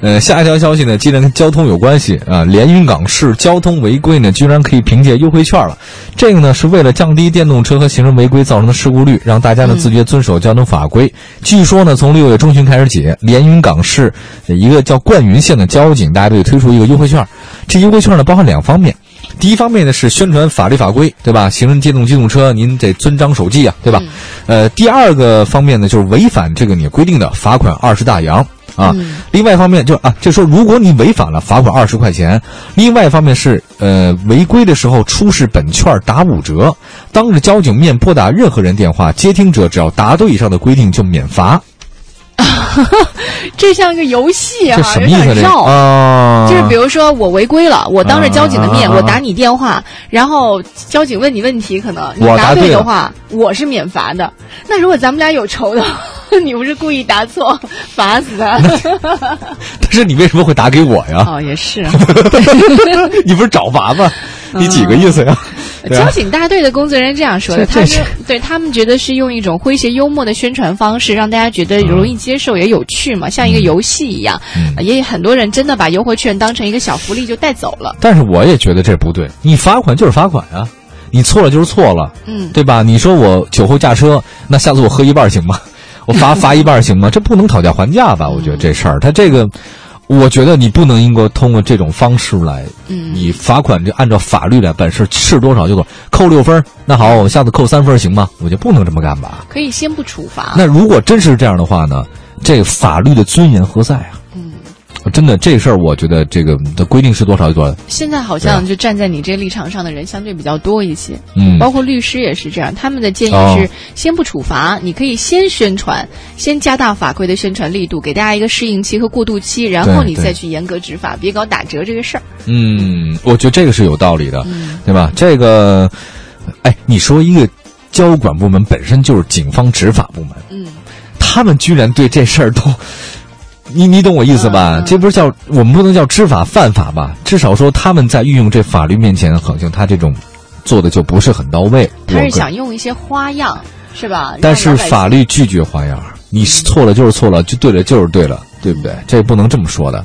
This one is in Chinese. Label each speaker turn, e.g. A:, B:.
A: 呃，下一条消息呢，既然跟交通有关系啊，连云港市交通违规呢，居然可以凭借优惠券了。这个呢，是为了降低电动车和行人违规造成的事故率，让大家呢自觉遵守交通法规。据说呢，从六月中旬开始起，连云港市呃一个叫灌云县的交警大队推出一个优惠券，这优惠券呢包含两方面。第一方面呢是宣传法律法规，对吧？行人、电动机动车，您得遵章守纪啊，对吧？呃，第二个方面呢，就是违反这个你规定的，罚款二十大洋啊。另外一方面就是啊，就说如果你违反了，罚款二十块钱。另外一方面是呃，违规的时候出示本券打五折。当着交警面拨打任何人电话，接听者只要答对以上的规定就免罚。
B: 这像一个游戏
A: 这
B: 哈、
A: 什么
B: 有
A: 意思？
B: 点
A: 这
B: 绕。
A: 啊，
B: 就是比 如说我违规了，我当着交警的面，
A: 啊啊啊啊
B: 我打你电话，然后交警问你问题，可能你
A: 我答
B: 答
A: 对
B: 对
A: 了
B: 的话，我是免罚的。 那如果咱们俩有仇的话，你不是故意答错， 罚死他。
A: 但是你为什么会打给我呀？
B: 哦，也是，
A: 你不是找麻烦？你几个意思呀？对
B: 交
A: 啊
B: 警大队的工作人员这样说的，
A: 这
B: 他
A: 这
B: 说，对他们觉得是用一种诙谐幽默的宣传方式，让大家觉得容易接受也有趣嘛，像一个游戏一样。
A: 嗯
B: 也有很多人真的把优惠券当成一个小福利就带走了。
A: 但是我也觉得这不对，你罚款就是罚款啊，你错了就是错了，
B: 嗯，
A: 对吧？你说我酒后驾车，那下次我喝一半行吗？ 我罚罚一半行吗？这不能讨价还价吧？我觉得这事儿，他这个，我觉得你不能应该通过这种方式来，
B: 嗯
A: 你罚款就按照法律来办事，是多少就多少，扣六分儿，那好，我下次扣三分儿行吗？我就不能这么干吧？
B: 可以先不处罚。
A: 那如果真是这样的话呢，这法律的尊严何在啊？
B: 嗯，
A: 真的这事儿，我觉得这个的规定是多少有多少，
B: 现在好像就站在你这立场上的人相对比较多一些，
A: 啊嗯，
B: 包括律师也是这样。他们的建
A: 哦
B: 议是先不处罚，你可以先宣传，先加大法规的宣传力度，给大家一个适应期和过渡期，然后
A: 对
B: 你
A: 对
B: 再去严格执法，别搞打折这个事儿。
A: 嗯，我觉得这个是有道理的，
B: 嗯
A: 对吧？这个，哎，你说一个交管部门本身就是警方执法部门，
B: 嗯，
A: 他们居然对这事儿都，你你懂我意思吧？
B: 嗯嗯
A: 这不是叫我们不能叫知法犯法吧？至少说他们在运用这法律面前，好像他这种做的就不是很到位。
B: 他
A: 我
B: 是
A: 个
B: 想用一些花样，是吧？
A: 但是
B: 让老百姓
A: 法律拒绝花样儿，你是错了就是错了，就对了就是对了，对不对？这不能这么说的。